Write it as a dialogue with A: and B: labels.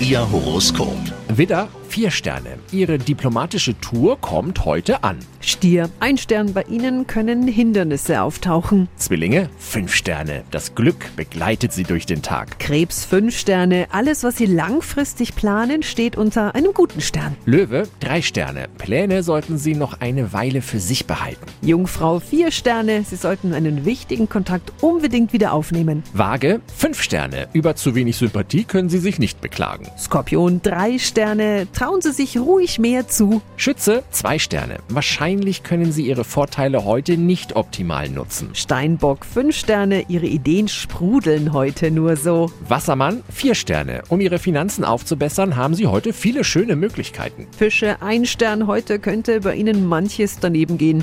A: Ihr Horoskop.
B: Widder, vier Sterne. Ihre diplomatische Tour kommt heute an.
C: Stier, ein Stern bei Ihnen können Hindernisse auftauchen.
B: Zwillinge, fünf Sterne. Das Glück begleitet Sie durch den Tag.
C: Krebs, fünf Sterne. Alles, was Sie langfristig planen, steht unter einem guten Stern.
B: Löwe, drei Sterne. Pläne sollten Sie noch eine Weile für sich behalten.
C: Jungfrau, vier Sterne. Sie sollten einen wichtigen Kontakt unbedingt wieder aufnehmen.
B: Waage, fünf Sterne. Über zu wenig Sympathie können Sie sich nicht beklagen.
C: Skorpion, drei Sterne. Trauen Sie sich ruhig mehr zu.
B: Schütze, zwei Sterne. Wahrscheinlich können Sie Ihre Vorteile heute nicht optimal nutzen.
C: Steinbock, fünf Sterne. Ihre Ideen sprudeln heute nur so.
B: Wassermann, vier Sterne. Um Ihre Finanzen aufzubessern, haben Sie heute viele schöne Möglichkeiten.
C: Fische, ein Stern. Heute könnte bei Ihnen manches daneben gehen.